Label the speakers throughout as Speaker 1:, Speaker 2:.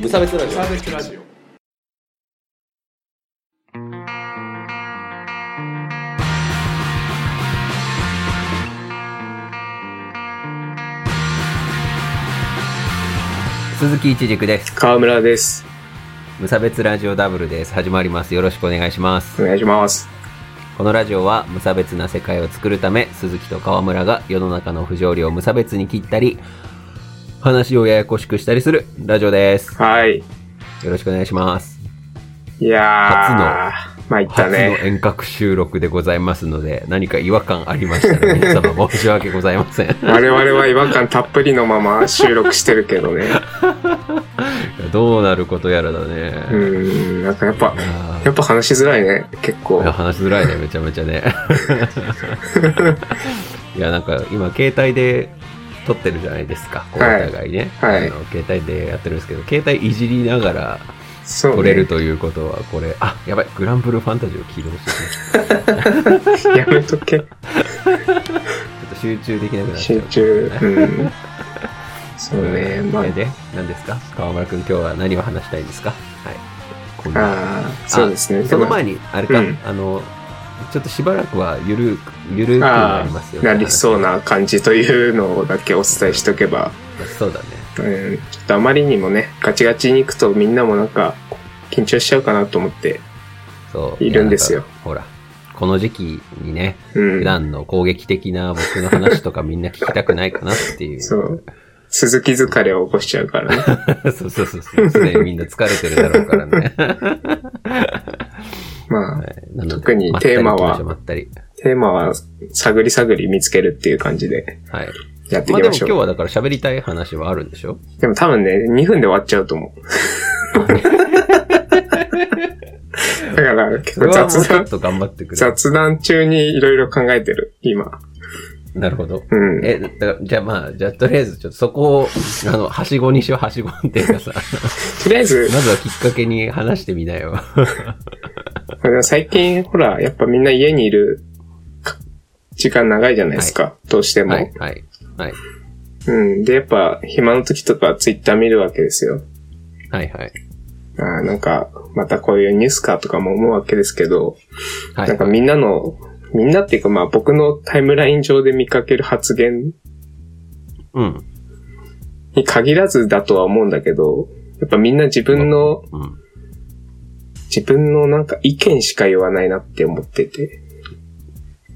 Speaker 1: 無差別ラジオ
Speaker 2: サービスラジオ
Speaker 3: 鈴木一軸です。
Speaker 4: 川村です。
Speaker 3: 無差別ラジオダブルです。始まります。よろしくお願いします。
Speaker 4: お願いします。
Speaker 3: このラジオは無差別な世界を作るため、鈴木と河村が世の中の不条理を無差別に切ったり、話をややこしくしたりするラジオです。
Speaker 4: はい。
Speaker 3: よろしくお願いします。
Speaker 4: いやー、まいった
Speaker 3: 初の
Speaker 4: ね。
Speaker 3: 遠隔収録でございますので、何か違和感ありましたら皆様申し訳ございません。い
Speaker 4: 我々は違和感たっぷりのまま収録してるけ どね。
Speaker 3: やどうなることやらだね。
Speaker 4: うーん、なんかやっぱ
Speaker 3: い、や
Speaker 4: やっぱ話しづらいね、結構
Speaker 3: いや。話しづらいねめちゃめちゃね いやなんか今携帯で撮ってるじゃないですかこうお
Speaker 4: はい
Speaker 3: 互いね、
Speaker 4: はい
Speaker 3: あの携帯でやってるんですけど携帯いじりながら
Speaker 4: そう、
Speaker 3: 撮れる
Speaker 4: ね。
Speaker 3: ということはこれ、あやばいグランプルファンタジーを起動してね
Speaker 4: やめとけ。
Speaker 3: ちょっと集中できなくなっちゃ
Speaker 4: 集
Speaker 3: う
Speaker 4: 中。うん。そうね、まあ
Speaker 3: え、で何ですか川村君今日は何を話したいんですかはいこんな
Speaker 4: あーそうですね。
Speaker 3: その前
Speaker 4: に
Speaker 3: にあれか、
Speaker 4: うん
Speaker 3: あのちょっとしばらくはゆるくゆるくな
Speaker 4: あ
Speaker 3: りますよ
Speaker 4: あ、
Speaker 3: ね
Speaker 4: なりそうな感じというのだけお伝えしとけば、
Speaker 3: そうだね
Speaker 4: うん、ちょっとあまりにもね、ガチガチに行くとみんなもなんか緊張しちゃうかなと思って、
Speaker 3: そう。
Speaker 4: いるんですよ
Speaker 3: や。なんかほら、この時期にね、
Speaker 4: うん。
Speaker 3: 普段の攻撃的な僕の話とかみんな聞きたくないかなっていう。
Speaker 4: そ
Speaker 3: そう
Speaker 4: う。鈴木疲れを起こしちゃうからね。
Speaker 3: そうそうそう。すでにみんな疲れてるだろうから ね。
Speaker 4: ま
Speaker 3: は
Speaker 4: あ、
Speaker 3: いなので
Speaker 4: 特にテーマは
Speaker 3: まったり行きま
Speaker 4: テーマは探り探り見つけるっていう感じ
Speaker 3: しょ
Speaker 4: で
Speaker 3: うまったり。はい。
Speaker 4: やってい
Speaker 3: まあ
Speaker 4: き
Speaker 3: で
Speaker 4: ま
Speaker 3: も
Speaker 4: しょ
Speaker 3: 今
Speaker 4: う。
Speaker 3: 日はだから喋りたい話はあるんでしょ
Speaker 4: でも多分ね、2分で終わっちゃうと 思う。だから結
Speaker 3: それ
Speaker 4: 構
Speaker 3: はも
Speaker 4: 雑
Speaker 3: うちょっ
Speaker 4: 談、
Speaker 3: と頑張ってくれ。
Speaker 4: 雑談中にいろいろ考えてる、今。
Speaker 3: なるほど。
Speaker 4: うん。
Speaker 3: え、だからじゃあまあ、じゃあとりあえずちょっとそこを、あの、はしごにしよう、はしごっていうか さ、
Speaker 4: とりあえず、
Speaker 3: まずはきっかけに話してみなよ。
Speaker 4: まあでも最近ほら、やっぱみんな家にいるか時間長いじゃないですか。どうしても、
Speaker 3: はい、はい、はい、
Speaker 4: うん。で、やっぱ暇の時とかツイッター見るわけですよ。
Speaker 3: はい、はい。
Speaker 4: あーなんか、またこういうニュースかとかも思うわけですけど、
Speaker 3: はい
Speaker 4: なんかみんなの、みんなっていうかまあ僕のタイムライン上で見かける発言
Speaker 3: うん、
Speaker 4: に限らずだとは思うんだけど、やっぱみんな自分の、
Speaker 3: うん。
Speaker 4: 自分のなんか意見しか言わないなって思ってて。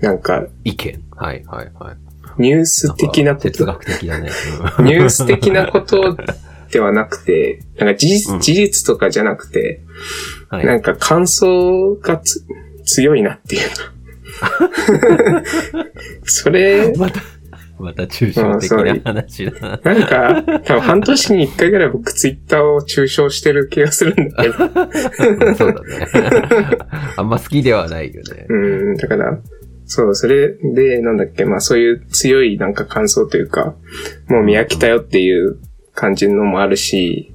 Speaker 4: なんか、
Speaker 3: 意見。はいはいはい。
Speaker 4: ニュース的なこと
Speaker 3: 哲学的だね。うん
Speaker 4: ニュース的なことではなくて、なんか事
Speaker 3: う
Speaker 4: 実
Speaker 3: ん
Speaker 4: 事実とかじゃなくて、
Speaker 3: は。
Speaker 4: ないんか感想がつ強いなっていうの。それ、
Speaker 3: また、 また抽象的な話だ。
Speaker 4: なんか、多分半年に一回ぐらい僕ツイッターを中傷してる気がするんだけど。
Speaker 3: そうだね。 あんま好きではないよね。
Speaker 4: うん、だから、そう、それで、なんだっけ、まあそういう強いなんか感想というか、もう見飽きたよっていう感じのもあるし、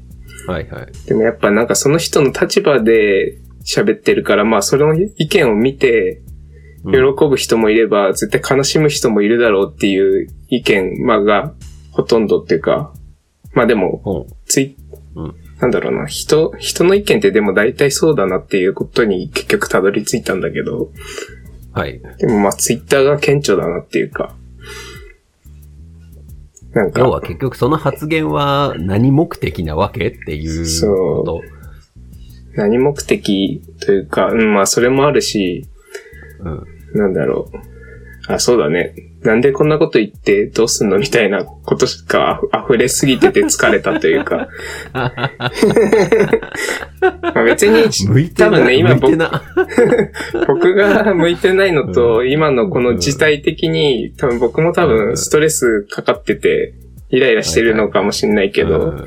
Speaker 3: はいはい。
Speaker 4: でもやっぱなんかその人の立場で喋ってるから、まあその意見を見て、
Speaker 3: う
Speaker 4: 喜
Speaker 3: ん
Speaker 4: ぶ人もいれば、絶対悲しむ人もいるだろうっていう意見、まあが、ほとんどっていうか、まあでも、
Speaker 3: ほ
Speaker 4: つい、
Speaker 3: うん
Speaker 4: なんだろうな、人、人の意見ってでも大体そうだなっていうことに結局たどり着いたんだけど、
Speaker 3: うはい。
Speaker 4: でもまあツイッターが顕著だなっていうか、なんか、
Speaker 3: 要は結局その発言は何目的なわけっていうこ
Speaker 4: 何目的というか、うん、まあそれもあるし、
Speaker 3: と。うん。
Speaker 4: なんだろう。あ、そうだね。なんでこんなこと言ってどうすんのみたいなことしかあ溢れすぎてて疲れたとい うか。まあ別に、
Speaker 3: 向いて
Speaker 4: 多分
Speaker 3: な
Speaker 4: ね、
Speaker 3: い。
Speaker 4: 今
Speaker 3: 向いて
Speaker 4: 僕
Speaker 3: な。
Speaker 4: 僕が向いてないの
Speaker 3: う
Speaker 4: と、今のこの事態的に、多分僕も多
Speaker 3: う
Speaker 4: 分
Speaker 3: ん
Speaker 4: ストレスかかってて、イライラしてるのかもしんないけ
Speaker 3: う
Speaker 4: ど
Speaker 3: ん、ね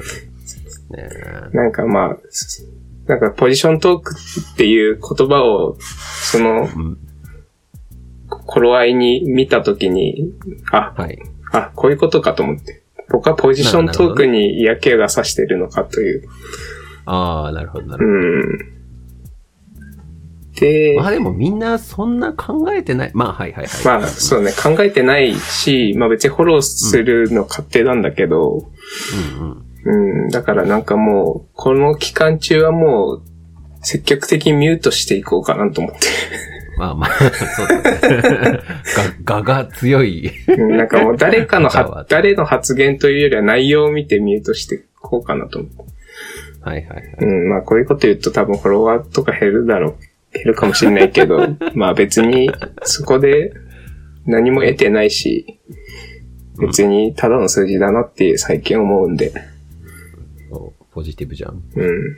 Speaker 3: え
Speaker 4: なんかまあ、なんかポジショントークっていう言葉を、そ
Speaker 3: う
Speaker 4: の
Speaker 3: ん、
Speaker 4: 頃合いに見たときに、あ、
Speaker 3: はい。
Speaker 4: あ、こういうことかと思って。僕はポジショントークに嫌気がさしてるのかという。
Speaker 3: ああ、なるほどなるほど。
Speaker 4: うん。で、
Speaker 3: まあでもみんなそんな考えてない。まあはいはいはい。
Speaker 4: まあそうね、考えてないし、まあ別にフォローするの勝手なんだけど、
Speaker 3: うんうん。
Speaker 4: うん、だからなんかもう、この期間中はもう、積極的にミュートしていこうかなと思って。
Speaker 3: まあまあ、 そうだね。 が、がが強い。
Speaker 4: うんなんかもう誰かの
Speaker 3: 歌は
Speaker 4: は、誰の発言というよりは内容を見てミュートしていこうかなと思って。
Speaker 3: はいはいはい。
Speaker 4: うん、まあこういうこと言うと多分フォロワーとか減るだろう。減るかもしれない けど、まあ別にそこで何も得てないし、別にただの数字だなって最近思うんで、
Speaker 3: そうポジティブじゃん。
Speaker 4: うん。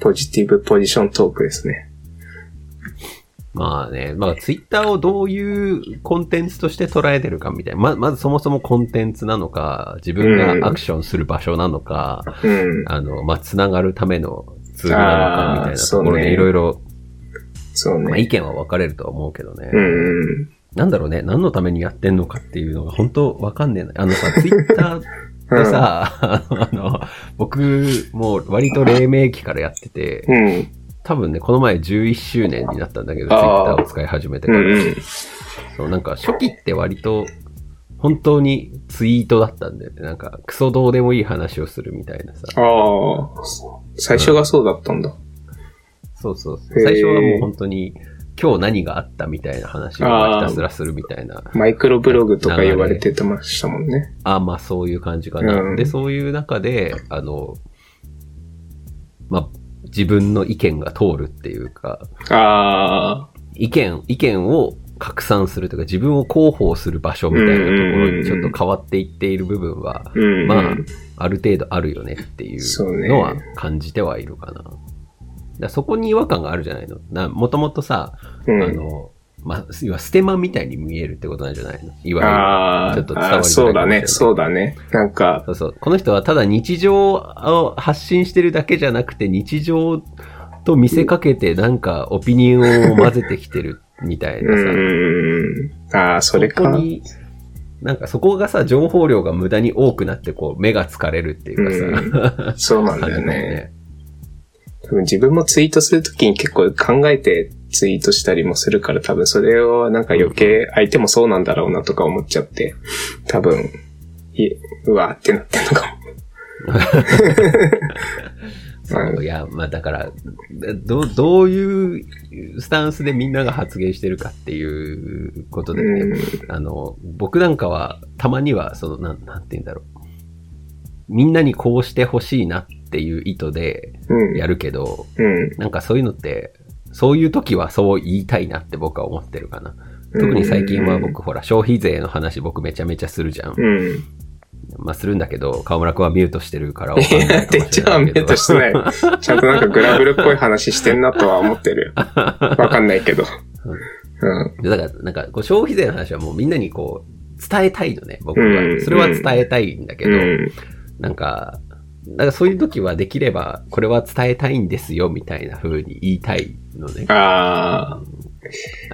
Speaker 4: ポジティブポジショントークですね。
Speaker 3: まあね、まあツイッターをどういうコンテンツとして捉えてるかみたいな。ま、まずそもそもコンテンツなのか、自分がアクションする場所なのか、
Speaker 4: うん。
Speaker 3: あの、まあ、つながるためのツールなのかみたいなところ
Speaker 4: あーそう
Speaker 3: で
Speaker 4: ね
Speaker 3: いろいろ、
Speaker 4: そう
Speaker 3: まあ、
Speaker 4: ね。
Speaker 3: 意見は分かれるとは思うけどね。
Speaker 4: うんうん。
Speaker 3: なんだろうね、何のためにやってんのかっていうのが本当わかんねえな。あのさ、ツイッターで さ、あの、僕、もう割と黎明期からやってて、
Speaker 4: うん。
Speaker 3: 多分ね、この前11周年になったんだけど、ツイッ
Speaker 4: あ
Speaker 3: タ
Speaker 4: ー
Speaker 3: ーを使い始めて
Speaker 4: う
Speaker 3: か
Speaker 4: ん
Speaker 3: ら。
Speaker 4: うん。
Speaker 3: そう、なんか初期って割と、本当にツイートだったんだよね。なんか、クソどうでもいい話をするみたいなさ。
Speaker 4: ああ、最初がそうだったんだ。
Speaker 3: そうそうそう
Speaker 4: へー
Speaker 3: 最初はもう本当に、今日何があったみたいな話をひたすらするみたいな。
Speaker 4: マイクロブログとか言われてましたもんね。
Speaker 3: あ、まあそういう感じかな。
Speaker 4: うん
Speaker 3: で、そういう中で、あの、まあ、自分の意見が通るっていうか、
Speaker 4: あ
Speaker 3: 意見、意見を拡散するというか、自分を広報する場所みたいなところにちょっと変わっていっている部分は
Speaker 4: あ、、うん、うん。
Speaker 3: まあ、ある程度あるよねっていうのは
Speaker 4: そうね
Speaker 3: 感じてはいるかな。だからそこに違和感があるじゃないの。な、もともとさ、
Speaker 4: うん
Speaker 3: あの、まあ、要はステマみたいに見えるってことなんじゃないのいわゆる。
Speaker 4: あ
Speaker 3: ちょっと伝わりづら
Speaker 4: あ
Speaker 3: い
Speaker 4: ー、そうだ
Speaker 3: かもしれな
Speaker 4: ね、
Speaker 3: い
Speaker 4: そうだね。なんか、
Speaker 3: そうそう。この人はただ日常を発信してるだけじゃなくて、日常と見せかけてなんかオピニオンを混ぜてきてるみたいうなさ。
Speaker 4: んうんうん。ああ、それ
Speaker 3: こ
Speaker 4: か
Speaker 3: こ。に、なんかそこがさ、情報量が無駄に多くなって、こう、目が疲れるっていうかさ、
Speaker 4: そうなんだ
Speaker 3: 感じ
Speaker 4: よ
Speaker 3: だよ
Speaker 4: ね。
Speaker 3: ね。
Speaker 4: 多分自分もツイートするときに結構考えてツイートしたりもするから、多分それをなんか余計相手もそうなんだろうなとか思っちゃって、多分、いうわーってなってんのかも。
Speaker 3: そう、いや、まあだから、ど、どういうスタンスでみんなが発言してるかっていうことでね、
Speaker 4: うん。
Speaker 3: あの、僕なんかは、たまには、その、なん、なんて言うんだろう。みんなにこうしてほしいなっていう意図で
Speaker 4: うん。
Speaker 3: やるけど、
Speaker 4: うん。
Speaker 3: なんかそういうのって、そういう時はそう言いたいなって僕は思ってるかな。特に最近は僕ほら、消費税の話僕めちゃめちゃするじゃん。
Speaker 4: うん。
Speaker 3: まあするんだけど、河村くんはミュートしてるからわ
Speaker 4: い
Speaker 3: かんな
Speaker 4: や、
Speaker 3: いか
Speaker 4: て
Speaker 3: も
Speaker 4: っ
Speaker 3: し
Speaker 4: ちゃんは
Speaker 3: れない
Speaker 4: メ
Speaker 3: け
Speaker 4: イ
Speaker 3: ど
Speaker 4: ト。してない。 ちゃんとなんかグラブルっぽい話してんなとは思ってるよ。わかんないけど。うん。
Speaker 3: だから、なんかこう消費税の話はもうみんなにこう、伝えたいのね、僕は
Speaker 4: う。ん
Speaker 3: それは伝えたいんだけど、
Speaker 4: うん。
Speaker 3: なんか、なんかそういう時はできれば、これは伝えたいんですよ、みたいな風に言いたいのね。
Speaker 4: ああ。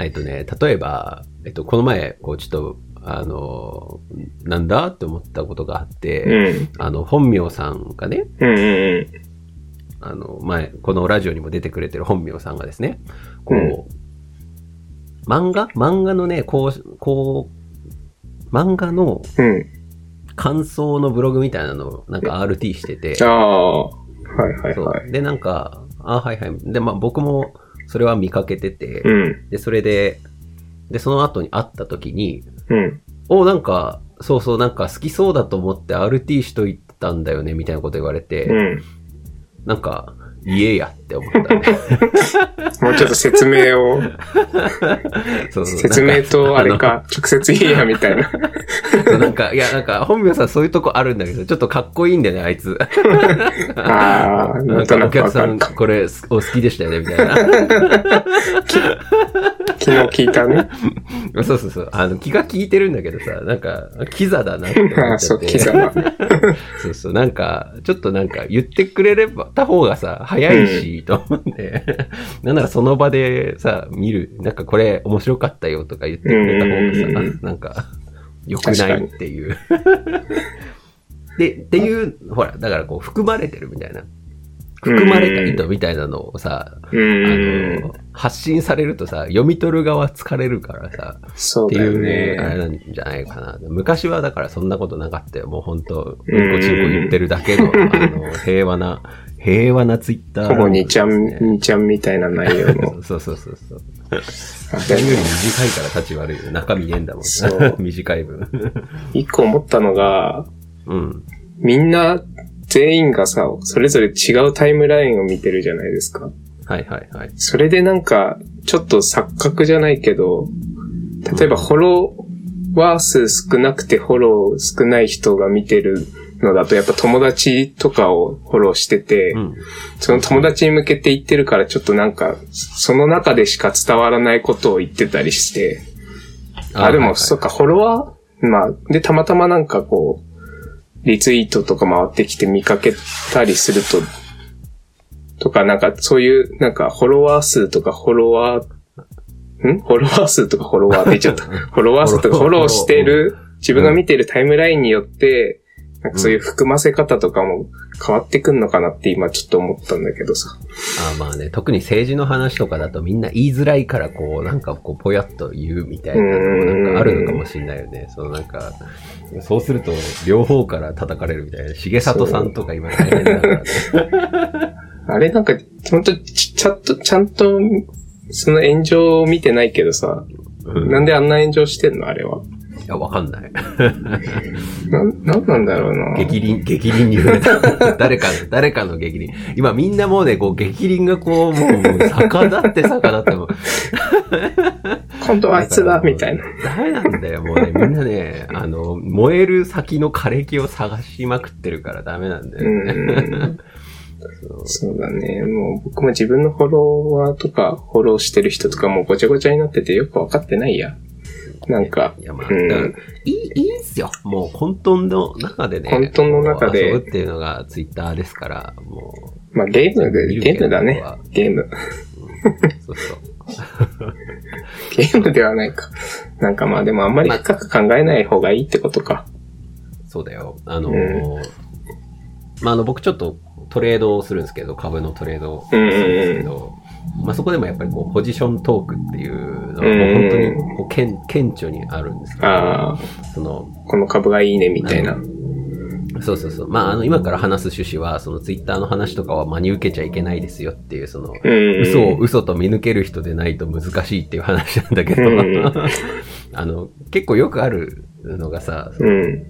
Speaker 3: えっとね、例えば、えっと、この前、こう、ちょっと、あの、なんだって思ったことがあっ
Speaker 4: うん。
Speaker 3: て、
Speaker 4: うん
Speaker 3: あの、本名さんがね、
Speaker 4: うんうん。
Speaker 3: あの、前、このラジオにも出てくれてる本名さんがですね、こう、漫画漫画のね、こう、こう、漫画の
Speaker 4: うん。
Speaker 3: 感想のブログみたいなのを、なんか RT してて、
Speaker 4: ああ。はいはい
Speaker 3: そ
Speaker 4: は
Speaker 3: う。
Speaker 4: い。
Speaker 3: で、なんか、あ、はいはい。で、まあ僕もそれは見かけてて、
Speaker 4: うん。
Speaker 3: で、それで、で、その後に会った時に、
Speaker 4: うん。
Speaker 3: お、なんか、そうそう、なんか好きそうだと思って RT しといたんだよね、みたいなこと言われて、
Speaker 4: うん。
Speaker 3: なんか、言えやって思った ね。
Speaker 4: もうちょっと説明を、
Speaker 3: そうそう
Speaker 4: 説明とあれ。
Speaker 3: なん
Speaker 4: か、直接言えやみたい な。
Speaker 3: あのそうなんか、いや、なんか、本名さんそういうとこあるんだけど、ちょっとかっこいいんだよね、あいつ。
Speaker 4: ああ、
Speaker 3: な
Speaker 4: なんんと
Speaker 3: か、
Speaker 4: な
Speaker 3: お
Speaker 4: く
Speaker 3: 客
Speaker 4: わ
Speaker 3: さ
Speaker 4: かる
Speaker 3: ん、
Speaker 4: か。
Speaker 3: これ、お好きでしたよね、みたいな。
Speaker 4: 昨日聞い たね。
Speaker 3: そうそうそう。あの、気が利いてるんだけどさ、なんか、キザだなって思っち
Speaker 4: あ
Speaker 3: ゃ
Speaker 4: あ、
Speaker 3: って。
Speaker 4: そう、キザな。
Speaker 3: そうそう、なんか、ちょっとなんか言ってくれれば、た方がさ、早いし、と思って、 なんならその場でさ、見る、なんかこれ面白かったよとか言ってくれた方
Speaker 4: うんうん
Speaker 3: が
Speaker 4: うん
Speaker 3: さ、なんか、良くないっていう。で、っていう、ほら、だからこう、含まれてるみたいな。含まれた意図みたいなのをさ、
Speaker 4: う
Speaker 3: あ
Speaker 4: ん。
Speaker 3: の、発信されるとさ、読み取る側疲れるからさ、
Speaker 4: そ
Speaker 3: っ
Speaker 4: う
Speaker 3: て
Speaker 4: だよ
Speaker 3: いう、あれ
Speaker 4: ね。
Speaker 3: なんじゃないかな。昔はだからそんなことなかったよ。もう本当、
Speaker 4: うん
Speaker 3: うんこちんこ言ってるだけの、あの、平和な、平和なツイッター、
Speaker 4: ほぼ2ちゃん、2ちゃんみたいな内容の。
Speaker 3: そうそうそうそう。時間よ
Speaker 4: あでも
Speaker 3: り短いから立ち悪いよ。中身ねえんだもん。
Speaker 4: そう
Speaker 3: 短い分。
Speaker 4: 一個思ったのが、
Speaker 3: うん。
Speaker 4: みんな、全員がさ、それぞれ違うタイムラインを見てるじゃないですか。
Speaker 3: はいはいはい。
Speaker 4: それでなんか、ちょっと錯覚じゃないけど、例えばフォロワー数少なくてフォロー少ない人が見てるのだと、やっぱ友達とかをフォローしてて、
Speaker 3: うん。
Speaker 4: その友達に向けて言ってるから、ちょっとなんか、その中でしか伝わらないことを言ってたりして、あ、で
Speaker 3: はいは
Speaker 4: も、
Speaker 3: い
Speaker 4: そっか、フォロワーまあ、で、たまたまなんかこう、リツイートとか回ってきて見かけたりすると、とか、なんか、そういう、なんか、フォロワー数とか、フォロワー、んフォロワー数とか、フォロワーって言っちゃっ た。フォロワー数とか、フォローしてる、自分が見てるタイムラインによって、なんかそういう含ませ方とかも変わってくんのかなって今ちょっと思ったんだけどさ。
Speaker 3: あまあね、特に政治の話とかだとみんな言いづらいから、こう、なんかこう、ぽやっと言うみたいなのもなんかあるのかもしれないよね。そのなんか、そうすると、両方から叩かれるみたいな。重里さんとか今大変だからね。
Speaker 4: あれなんか、ほんとち、ちゃんと、ちゃんと、その炎上を見てないけどさ、
Speaker 3: うん
Speaker 4: なんであんな炎上してんのあれは。
Speaker 3: いや、わかんない。
Speaker 4: なん、なんなんだろうな。
Speaker 3: 激輪、激輪に触れた。 誰かの、誰かの激輪。今みんなもうね、こう、激輪がこう、もう、もう逆だって逆だ ってもう。
Speaker 4: 今度はあいつだ、みたいな。
Speaker 3: な。ダメなんだよ、もうね。みんなね、あの、燃える先の枯れ木を探しまくってるからダメなんだ
Speaker 4: う
Speaker 3: よね。
Speaker 4: ん。 そうだね。もう僕も自分のフォロワーとか、フォローしてる人とかもうごちゃごちゃになっててよくわかってないや。なんか、
Speaker 3: いや、まあ、
Speaker 4: う
Speaker 3: だから
Speaker 4: ん。
Speaker 3: いい、いいんすよ。もう混沌の中でね。
Speaker 4: 混沌の中で
Speaker 3: 遊ぶっていうのがツイッターですから、も
Speaker 4: まあゲーム
Speaker 3: 見
Speaker 4: で、
Speaker 3: る
Speaker 4: ゲ
Speaker 3: けど
Speaker 4: ームだね
Speaker 3: 僕は。
Speaker 4: ゲーム。
Speaker 3: う、そうそう。
Speaker 4: ゲームではないか。なんかまあでもあんまり深く考えない方がいいってことか。
Speaker 3: そうだよ。あのー
Speaker 4: う
Speaker 3: まあ、あの、僕ちょっとトレードをするんですけど、株のトレードをするんですけど、まあ、そこでもやっぱりこう、ポジショントークっていうのは、もう本当にこう顕、顕著にあるんですけど、
Speaker 4: ああ、
Speaker 3: その、
Speaker 4: この株がいいね、みたいな。
Speaker 3: そうそうそう。まあ、あの、今から話す趣旨は、そのツイッターの話とかは真に受けちゃいけないですよっていう、その、
Speaker 4: うん。
Speaker 3: 嘘を嘘と見抜ける人でないと難しいっていう話なんだけど、
Speaker 4: うん
Speaker 3: あの、結構よくあるのがさ、その
Speaker 4: うん。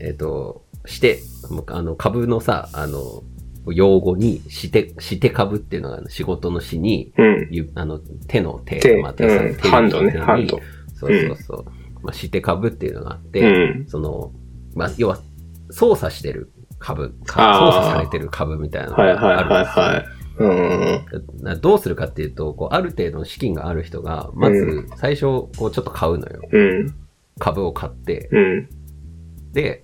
Speaker 3: えっ、と、して、あの、株のさ、あの、用語に、して、して株っていうのが、仕事のしに、
Speaker 4: うん。
Speaker 3: ゆあの、手の手、
Speaker 4: 手、
Speaker 3: まあ手さ
Speaker 4: うん。ハンドね、ハン。ド
Speaker 3: 手。にそうそうそう。まあ、して株っていうのがあって、
Speaker 4: うん。
Speaker 3: その、まあ、要は、操作してる株、
Speaker 4: あ
Speaker 3: か
Speaker 4: ー
Speaker 3: 操作されてる株みたいなの
Speaker 4: はいはい
Speaker 3: があるん
Speaker 4: はい
Speaker 3: ですよ
Speaker 4: はい。うん。
Speaker 3: などうするかっていうと、こう、ある程度の資金がある人が、まず、最初、こう、ちょっと買うのよ。
Speaker 4: うん。
Speaker 3: 株を買って、
Speaker 4: うん。
Speaker 3: で、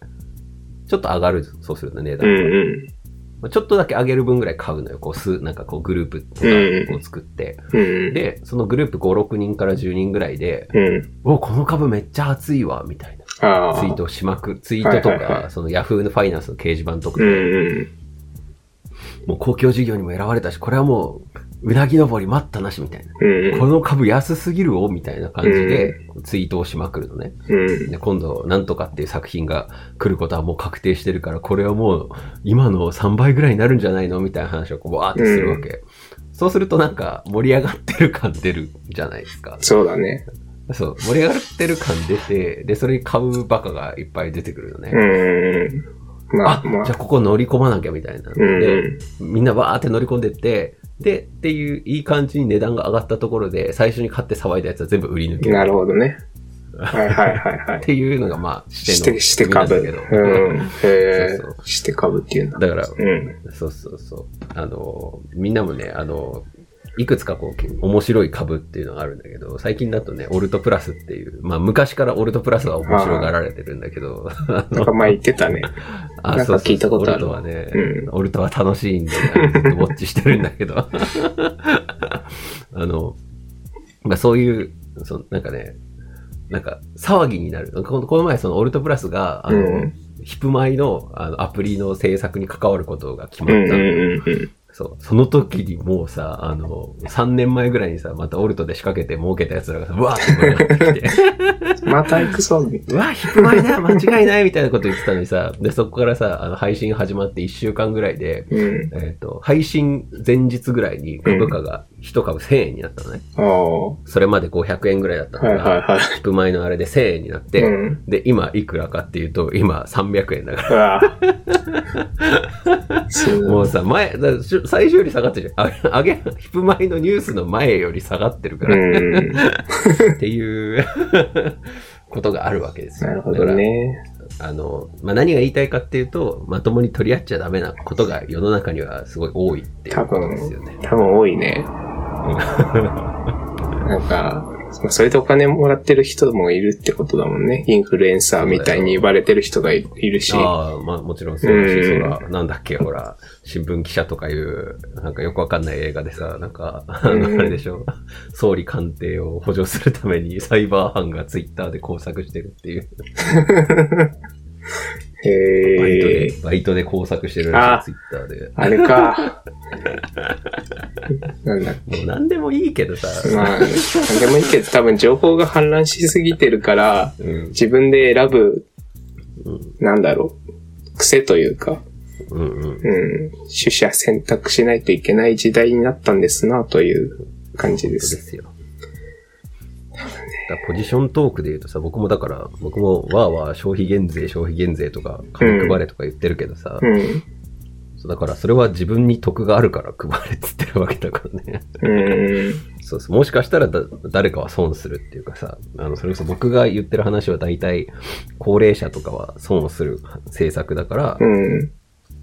Speaker 3: ちょっと上がる、そうすると値
Speaker 4: う
Speaker 3: 段が。
Speaker 4: ん。うん。
Speaker 3: まあちょっとだけ上げる分ぐらい買うのよ。こう、す、なんかこう、グループと
Speaker 4: うん
Speaker 3: かを作って。
Speaker 4: うん。
Speaker 3: で、そのグループ5、6人から10人ぐらいで、
Speaker 4: うん。
Speaker 3: お、この株めっちゃ熱いわ、みたいな。
Speaker 4: ああ。
Speaker 3: ツイートをしまく、ツイートとか、
Speaker 4: はいはいはい
Speaker 3: その Yahoo のファイナンスの掲示板とか
Speaker 4: うん
Speaker 3: で、
Speaker 4: うん。
Speaker 3: もう公共事業にも選ばれたし、これはもう、うなぎ登り待ったなし、みたいな。
Speaker 4: うん。
Speaker 3: この株安すぎるをみたいな感じで、ツイートをしまくるのね。
Speaker 4: うん。
Speaker 3: で、今度、なんとかっていう作品が来ることはもう確定してるから、これはもう今の3倍ぐらいになるんじゃないのみたいな話をこう、わーってするわけ。そうするとなんか、盛り上がってる感出るじゃないですか。
Speaker 4: そうだね。
Speaker 3: そう、盛り上がってる感出て、で、それに買うバカがいっぱい出てくるのね。
Speaker 4: うん。ま
Speaker 3: あ
Speaker 4: あ、ま、
Speaker 3: じゃあ
Speaker 4: あ。
Speaker 3: ここ乗り込まなきゃみたいな。
Speaker 4: うん
Speaker 3: で、みんなわーって乗り込んでって、で、っていういい感じに値段が上がったところで、最初に買って騒いだやつは全部売り抜ける。
Speaker 4: なるほどね。はいはいはいは
Speaker 3: っ
Speaker 4: い。
Speaker 3: ていうのが、まあ、し
Speaker 4: して、して株。
Speaker 3: だ
Speaker 4: う
Speaker 3: けど。
Speaker 4: ん。へえ
Speaker 3: そうそ。
Speaker 4: して株っていうんだ。
Speaker 3: だから、
Speaker 4: うん。
Speaker 3: そうそうそう。あの、みんなもね、あの、いくつかこうけ、面白い株っていうのがあるんだけど、最近だとね、オルトプラスっていう、まあ昔からオルトプラスは面白がられてるんだけど、
Speaker 4: なんか前言ってたね。
Speaker 3: あ
Speaker 4: なんか聞いたこと
Speaker 3: オ
Speaker 4: ある
Speaker 3: ルトはね、
Speaker 4: うん
Speaker 3: オルトは楽しいんで、あのずっとウォッチしてるんだけど、 あの、まあそういう、そのなんかね、なんか騒ぎになる。このこの前そのオルトプラスが、あ
Speaker 4: う
Speaker 3: の、
Speaker 4: ん。
Speaker 3: ヒプマイのあのアプリの制作に関わることが決ま
Speaker 4: う
Speaker 3: っ
Speaker 4: ん
Speaker 3: た。
Speaker 4: うんうんうん。
Speaker 3: そう。その時にもうさ、あの、3年前ぐらいにさ、またオルトで仕掛けて儲けた奴らがさ、うわーって盛り上がってきて。
Speaker 4: また行くぞ。
Speaker 3: うわ、引く前だ、 間違いないみたいなこと言ってたのにさ、で、そこからさ、あの、配信始まって1週間ぐらいで、
Speaker 4: うん。
Speaker 3: えっ、と、配信前日ぐらいに株価が1株1000円になったのね。
Speaker 4: ああ。は
Speaker 3: それまで500円ぐらいだった
Speaker 4: い
Speaker 3: の
Speaker 4: はい
Speaker 3: が、
Speaker 4: は
Speaker 3: 引く前のあれで1000円になっ
Speaker 4: い。
Speaker 3: て、
Speaker 4: うん。
Speaker 3: で、今いくらかっていうと、今300円だから。
Speaker 4: うわあ。す
Speaker 3: も
Speaker 4: ご
Speaker 3: う
Speaker 4: い。
Speaker 3: さ、前、だし最初より下がってるじゃん。あげ、ヒップ前のニュースの前より下がってるか
Speaker 4: う
Speaker 3: ら、
Speaker 4: ん。
Speaker 3: っていう ことがあるわけですよ。
Speaker 4: なるほどね。
Speaker 3: あの、まあ、何が言いたいかっていうと、まともに取り合っちゃダメなことが世の中にはすごい多いっていう
Speaker 4: 多
Speaker 3: こと
Speaker 4: 分
Speaker 3: ですよね。
Speaker 4: 多分多いね。なんか、まあそれでお金もらってる人もいるってことだもんね。インフルエンサーみたいに言われてる人がいいるし。
Speaker 3: ああ、まあもちろんそうだし、
Speaker 4: うん
Speaker 3: そら、なんだっけ、ほら、新聞記者とかいう、なんかよくわかんない映画でさ、なんか、あの
Speaker 4: うん
Speaker 3: あれでしょ、総理官邸を補助するためにサイバー犯がツイッターで工作してるっていう、バイト
Speaker 4: へえ
Speaker 3: で、バイトで工作してるらしい、ツイッターで。
Speaker 4: あれか。 なんだっ
Speaker 3: もう何でもいいけどさ、
Speaker 4: け。まあ、なんでもいいけど、多分情報が氾濫しすぎてるから、
Speaker 3: うん、
Speaker 4: 自分で選ぶ、
Speaker 3: うん、
Speaker 4: なんだろう、癖というか、
Speaker 3: うん、うん。
Speaker 4: うん、取捨選択しないといけない時代になったんですな、という感じで。
Speaker 3: そうですすよ。だからポジショントークで言うとさ、僕もだから、僕もわーわー消費減税、消費減税とか、金配れとか言ってるけどさ、
Speaker 4: うん。
Speaker 3: そうだからそれは自分に得があるから配れっつってるわけだからね。
Speaker 4: うん。
Speaker 3: そうそう。もしかしたらだ誰かは損するっていうかさ、あの、それこそ僕が言ってる話は大体、高齢者とかは損をする政策だから、
Speaker 4: うん。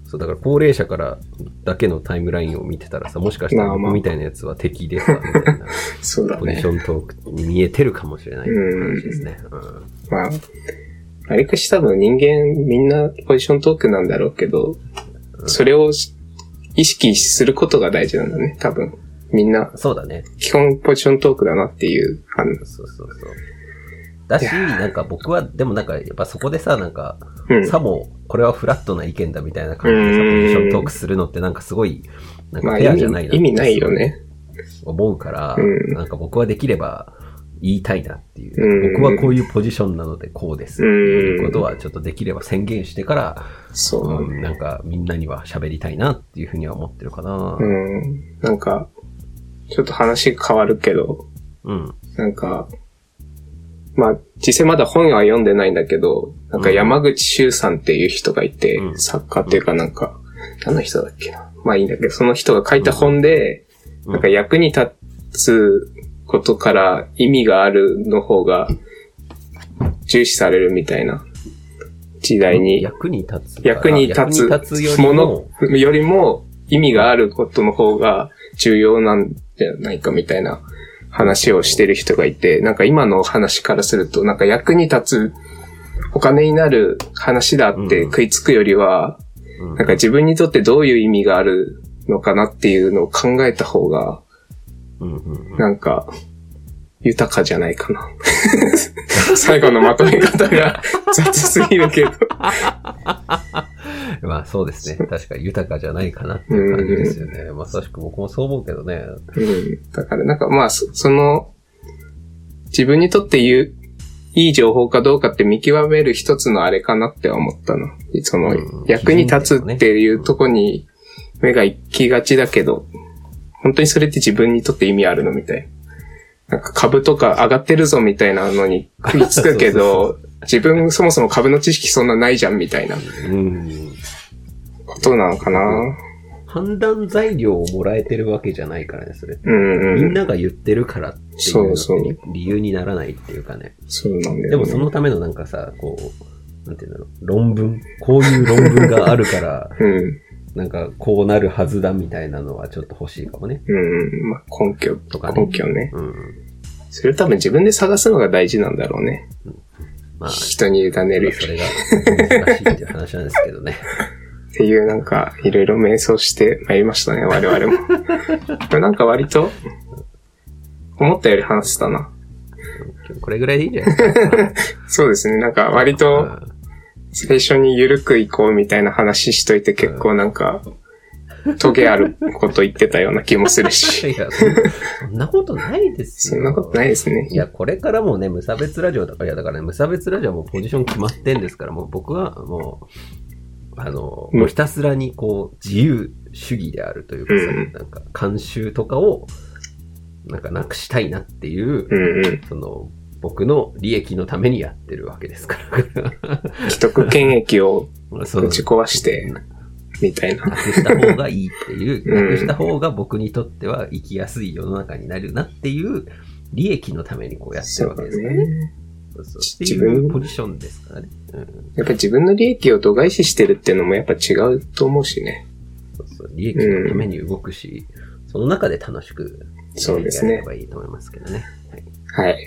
Speaker 3: そう、だから高齢者からだけのタイムラインを見てたらさ、もしかしたら
Speaker 4: まあまあ
Speaker 3: 僕みたいなやつは敵でさ、みたいな。
Speaker 4: そうだ
Speaker 3: ポジ
Speaker 4: ね
Speaker 3: シ。ョントークに見えてるかもしれないっていう話ですね。うん
Speaker 4: まあ、あれかし多分人間みんなポジショントークなんだろうけど、それをし意識することが大事なんだね、多分。みんな、
Speaker 3: そうだね。
Speaker 4: 基本ポジショントークだなっていう判断。
Speaker 3: そうそうそう。だし、なんか僕は、でもなんか、やっぱそこでさ、なんか、
Speaker 4: うん。
Speaker 3: さも、これはフラットな意見だみたいな感じでさ、
Speaker 4: う
Speaker 3: ポ
Speaker 4: ん
Speaker 3: ジショントークするのってなんかすごい、なん
Speaker 4: ま
Speaker 3: か
Speaker 4: あ
Speaker 3: フ
Speaker 4: 意
Speaker 3: ェア
Speaker 4: 味
Speaker 3: じゃないなって
Speaker 4: 意味ないよね。
Speaker 3: 思うから、
Speaker 4: うん
Speaker 3: なんか僕はできれば言いたいなっていうう。
Speaker 4: ん
Speaker 3: 僕はこういうポジションなのでこうですっていうことはちょっとできれば宣言してから、
Speaker 4: そうだね
Speaker 3: うんなんかみんなには喋りたいなっていうふうには思ってるかな。
Speaker 4: うん。なんか、ちょっと話変わるけど、
Speaker 3: うん。
Speaker 4: なんか、まあ、実際まだ本は読んでないんだけど、なんか山口周さんっていう人がいて、
Speaker 3: うん
Speaker 4: 作家っていうかなんか、何の人だっけな。まあいいんだけど、その人が書いた本で、
Speaker 3: うん
Speaker 4: なんか役に立つことから意味があるの方が重視されるみたいな時代に、
Speaker 3: 役に立つ。
Speaker 4: 役に立
Speaker 3: 役に立
Speaker 4: つ
Speaker 3: つよ
Speaker 4: も
Speaker 3: りも、
Speaker 4: のよりも意味があることの方が重要なんじゃないかみたいな話をしてる人がいて、なんか今の話からすると、なんか役に立つお金になる話だって食いつくよりは、
Speaker 3: うん
Speaker 4: なんか自分にとってどういう意味があるのかなっていうのを考えた方が、
Speaker 3: うんうんうん
Speaker 4: なんか、豊かじゃないかな。最後のまとめ方が雑すぎるけど。
Speaker 3: まあそうですね。確かに豊かじゃないかなっていう感じですよね。まさしく僕もそう思うけどね。
Speaker 4: うん。だから、なんかまあ、そその、自分にとって言う、いい情報かどうかって見極める一つのあれかなって思ったの。その、
Speaker 3: うん
Speaker 4: 役に立つっていうとこに目が行きがちだけど、本当にそれって自分にとって意味あるのみたいな。なんか株とか上がってるぞみたいなのに食いつくけ
Speaker 3: そう
Speaker 4: ど、自分そもそも株の知識そんなないじゃんみたいな
Speaker 3: うん。
Speaker 4: ことなのかな。
Speaker 3: 判断材料をもらえてるわけじゃないからね、それ。
Speaker 4: うん
Speaker 3: み
Speaker 4: うんん。
Speaker 3: なが言ってるからっていう
Speaker 4: そうそう
Speaker 3: のって理由にならないっていうかね。
Speaker 4: そうなんだよ、ね。
Speaker 3: でもそのためのなんかさ、こう、なんていうんだろう、論文。こういう論文があるから、
Speaker 4: うん。
Speaker 3: なんかこうなるはずだみたいなのはちょっと欲しいかもね。
Speaker 4: うん、まあ、根拠
Speaker 3: とかね
Speaker 4: 根拠ね。
Speaker 3: うん。
Speaker 4: それ多分自分で探すのが大事なんだろうね。
Speaker 3: まあ、
Speaker 4: 人に委ねるよ
Speaker 3: そ
Speaker 4: り。
Speaker 3: れが難しいっていう話なんですけどね。
Speaker 4: っていうなんか、いろいろ瞑想してまいりましたね、我々 も。でもなんか割と、思ったより話せたな。
Speaker 3: これぐらいでいいんじゃないですか。
Speaker 4: そうですね、なんか割と、最初にゆるく行こうみたいな話しといて結構なんか、トゲあること言ってたような気もするし。
Speaker 3: いや、そんそんなことないです
Speaker 4: そ
Speaker 3: よ。
Speaker 4: んなことないですね。
Speaker 3: いや、これからもね、無差別ラジオだから、いや、だからね、無差別ラジオはもうポジション決まってんですから、もう僕はもう、あの、
Speaker 4: うん
Speaker 3: もうひたすらにこう、自由主義であるというかさ、
Speaker 4: うん
Speaker 3: なんか、慣習とかを、なんかなくしたいなっていう、
Speaker 4: うんうん。
Speaker 3: その、僕の利益のためにやってるわけですから。
Speaker 4: 既得権益を
Speaker 3: そう
Speaker 4: 打ち壊して、みたいな。
Speaker 3: なくした方がいいっていう、
Speaker 4: うん
Speaker 3: なくした方が僕にとっては生きやすい世の中になるなっていう、利益のためにこうやってるわけですからね。。そうそうって
Speaker 4: 自
Speaker 3: い
Speaker 4: 分
Speaker 3: うポジションですからね。うん、
Speaker 4: やっぱ自分の利益を度外視してるっていうのもやっぱ違うと思うしね。
Speaker 3: そうそう利益のために動くし、その中で楽しく
Speaker 4: そうですね
Speaker 3: やればいいと思いますけどね。
Speaker 4: はい。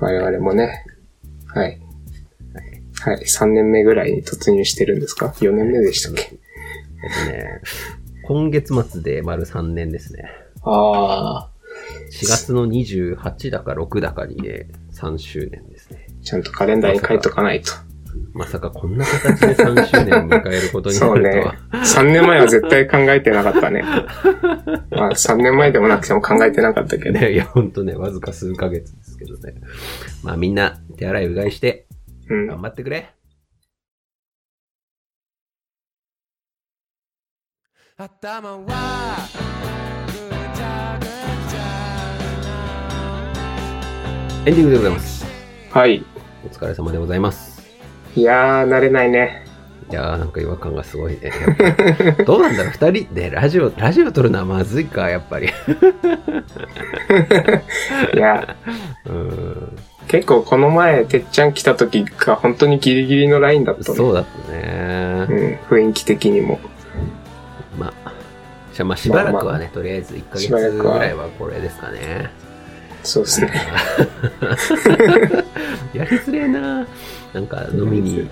Speaker 4: 我々もね。はい。はい。3年目ぐらいに突入してるんですか ?4 年目でしたっけ
Speaker 3: えっとね、今月末で丸3年ですね。
Speaker 4: ああ。
Speaker 3: 4月の28だか6だかにね、3周年ですね。
Speaker 4: ちゃんとカレンダーに書いとかないと。
Speaker 3: まさかこんな形で3周年を迎えることにな
Speaker 4: そう
Speaker 3: ると
Speaker 4: ね
Speaker 3: は。。
Speaker 4: 3年前は絶対考えてなかった ね。まあ3年前でもなくても考えてなかったけど。
Speaker 3: ね、いや、ほんとね、わずか数ヶ月ですけどね。まあみんな、手洗いうがいして、
Speaker 4: うん。
Speaker 3: 頑張ってくれ。
Speaker 1: 頭はぐちゃぐちゃ
Speaker 3: エンディングでございます。
Speaker 4: はい。
Speaker 3: お疲れ様でございます。
Speaker 4: いやー、慣れないね。
Speaker 3: いやーなんか違和感がすごいね。やっぱどうなんだろう二人でラジオ、ラジオ撮るのはまずいか、やっぱり。
Speaker 4: いや、
Speaker 3: うー
Speaker 4: 結構この前、てっちゃん来た時が本当にギリギリのラインだっ
Speaker 3: ん。
Speaker 4: たね
Speaker 3: そうだったね
Speaker 4: う。ん、雰囲気的にも。
Speaker 3: まあ、じゃあまあしばらくはね、とりあえず1ヶ月
Speaker 4: しばらく
Speaker 3: ぐ
Speaker 4: は
Speaker 3: らいはこれですかね。
Speaker 4: そうですね。
Speaker 3: やりづれえななんか飲みに、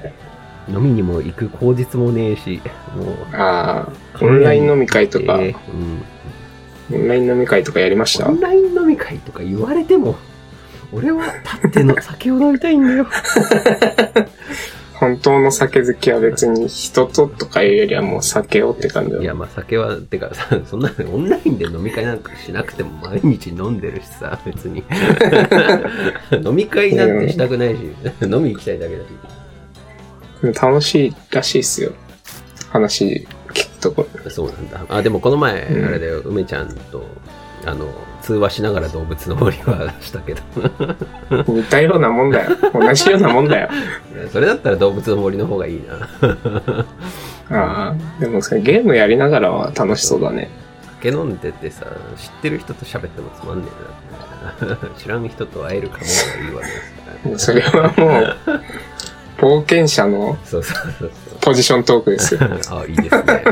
Speaker 3: 飲みにも行く口実もねえし、もう。
Speaker 4: ああ、オンライン飲み会とか、
Speaker 3: えーうん
Speaker 4: オンライン飲み会とかやりました
Speaker 3: オンライン飲み会とか言われても、俺は立って の酒を飲みたいんだよ。
Speaker 4: 本当の酒好きは別に人ととかいうよりはもう酒をって感じだ
Speaker 3: いや、まあ酒は、てか さ、そんなオンラインで飲み会なんかしなくても毎日飲んでるしさ、別 に。飲み会なんてしたくないし、 飲み行きたいだけだし。
Speaker 4: 楽しいらしいっすよ。話聞くとこ。
Speaker 3: そうなんだ。あ、でもこの前、
Speaker 4: うん
Speaker 3: あれだよ、梅ちゃんと、あの、通話しながら動物の森はしたけど、
Speaker 4: 似たようなもんだよ。同じようなも んだよ。
Speaker 3: それだったら動物の森の方がいいな。
Speaker 4: ああ、でもそれゲームやりながらは楽しそうだね。
Speaker 3: 酒飲んでてさ、知ってる人と喋ってもつまんねえなって。知らん人と会えるかもがいいわけですから。
Speaker 4: それはもう、冒険者の
Speaker 3: そうそうそうそう。
Speaker 4: ポジショントークですよ。
Speaker 3: あ、いいですね。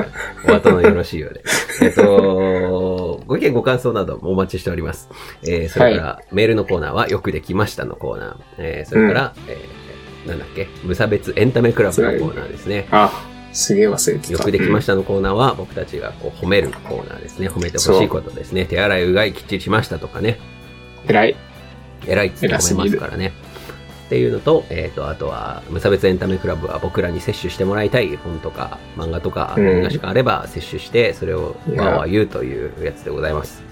Speaker 3: お後のよろしいようで。えっと、ご意見ご感想などもお待ちしております。えーそれから、メールのコーナーはよくできましたのコーナー。えーそれから、えーなんだっけ、無差別エンタメクラブのコーナーですね。
Speaker 4: あ、すげえ忘れてた。
Speaker 3: よくできましたのコーナーは僕たちがこう褒めるコーナーですね。褒めてほしいことですね。手洗いうがいきっちりしましたとかね。
Speaker 4: 偉い。
Speaker 3: 偉いっつって褒めますからね。っていうのと、えっ、と、あとは、無差別エンタメクラブは僕らに摂取してもらいたい本とか漫画とか
Speaker 4: うん
Speaker 3: 何がしかあれば摂取して、それを
Speaker 4: いや
Speaker 3: わーわー言うというやつでございます。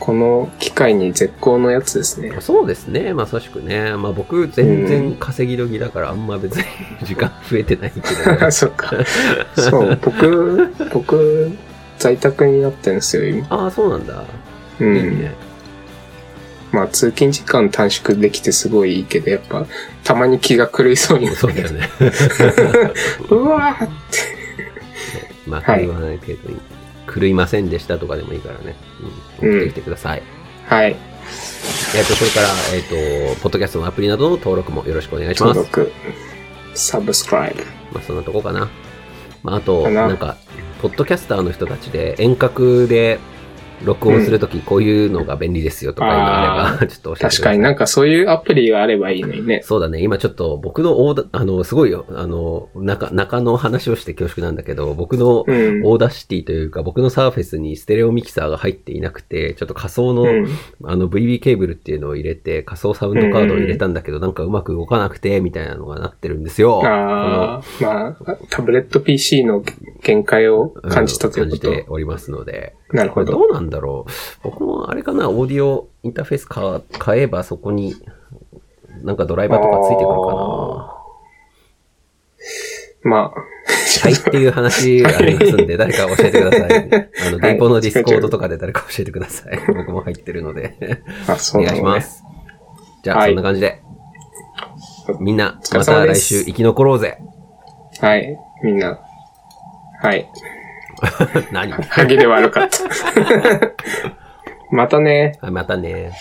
Speaker 4: この機会に絶好のやつですね。
Speaker 3: そうですね、まさしくね。まあ僕、全然稼ぎ時だからあんま別に時間増えてないけ ど、
Speaker 4: そっか。そう、僕、僕、在宅になってんですよ、今。
Speaker 3: ああ、そうなんだ。
Speaker 4: う
Speaker 3: いい
Speaker 4: ん。
Speaker 3: ね。
Speaker 4: まあ、通勤時間短縮できてすごいいいけど、やっぱ、たまに気が狂いそうになる
Speaker 3: そうだよね。
Speaker 4: うわー
Speaker 3: まあ、
Speaker 4: はい
Speaker 3: 言わない程度に。狂いませんでしたとかでもいいからね。うん。送ってきてください。
Speaker 4: はい。
Speaker 3: えっと、それから、えっ、と、ポッドキャストのアプリなどの登録もよろしくお願いしま
Speaker 4: 登
Speaker 3: す。
Speaker 4: 録、サブスクライブ。
Speaker 3: まあ、そんなとこかな。まあ、あと、
Speaker 4: かな
Speaker 3: なんか、ポッドキャスターの人たちで遠隔で、録音するときこういうのが便利ですよとかいうのがあれば、 ちょっと教えてください
Speaker 4: 確かになんかそういうアプリがあればいいのにね。
Speaker 3: そうだね。今ちょっと僕のオーダー、あの、すごいよ。あの、中、中の話をして恐縮なんだけど、僕の
Speaker 4: うん。
Speaker 3: オーダーシティというか、僕のサーフェスにステレオミキサーが入っていなくて、ちょっと仮想の、
Speaker 4: うん
Speaker 3: あの VB ケーブルっていうのを入れて、仮想サウンドカードを入れたんだけど、なんかうまく動かなくて、みたいなのがなってるんですよ。
Speaker 4: ああ、まあ、タブレット PC の限界を
Speaker 3: うん
Speaker 4: 感じたという
Speaker 3: 感
Speaker 4: こ
Speaker 3: じ
Speaker 4: と。
Speaker 3: ておりますので。
Speaker 4: なるほ
Speaker 3: これ
Speaker 4: ど。
Speaker 3: どうなんだろう。僕もあれかな、オーディオインターフェースか買えばそこに、なんかドライバーとかついてくるかな。
Speaker 4: まあ、
Speaker 3: はいっていう話があります んで、誰か教えてください。あの、電報のディスコードとかで誰か教えてください。僕も入ってるので。
Speaker 4: あ、そ
Speaker 3: お
Speaker 4: う
Speaker 3: 願
Speaker 4: ない
Speaker 3: し
Speaker 4: の
Speaker 3: ま
Speaker 4: ね。
Speaker 3: す。じゃあ、
Speaker 4: はい
Speaker 3: そんな感じで。みんな、
Speaker 4: お疲
Speaker 3: ま
Speaker 4: れ様
Speaker 3: た
Speaker 4: で
Speaker 3: 来
Speaker 4: す
Speaker 3: 週生き残ろうぜ。
Speaker 4: はい、みんな。はい。
Speaker 3: 何
Speaker 4: 歯切れ悪かった。またね。
Speaker 3: 啊またね。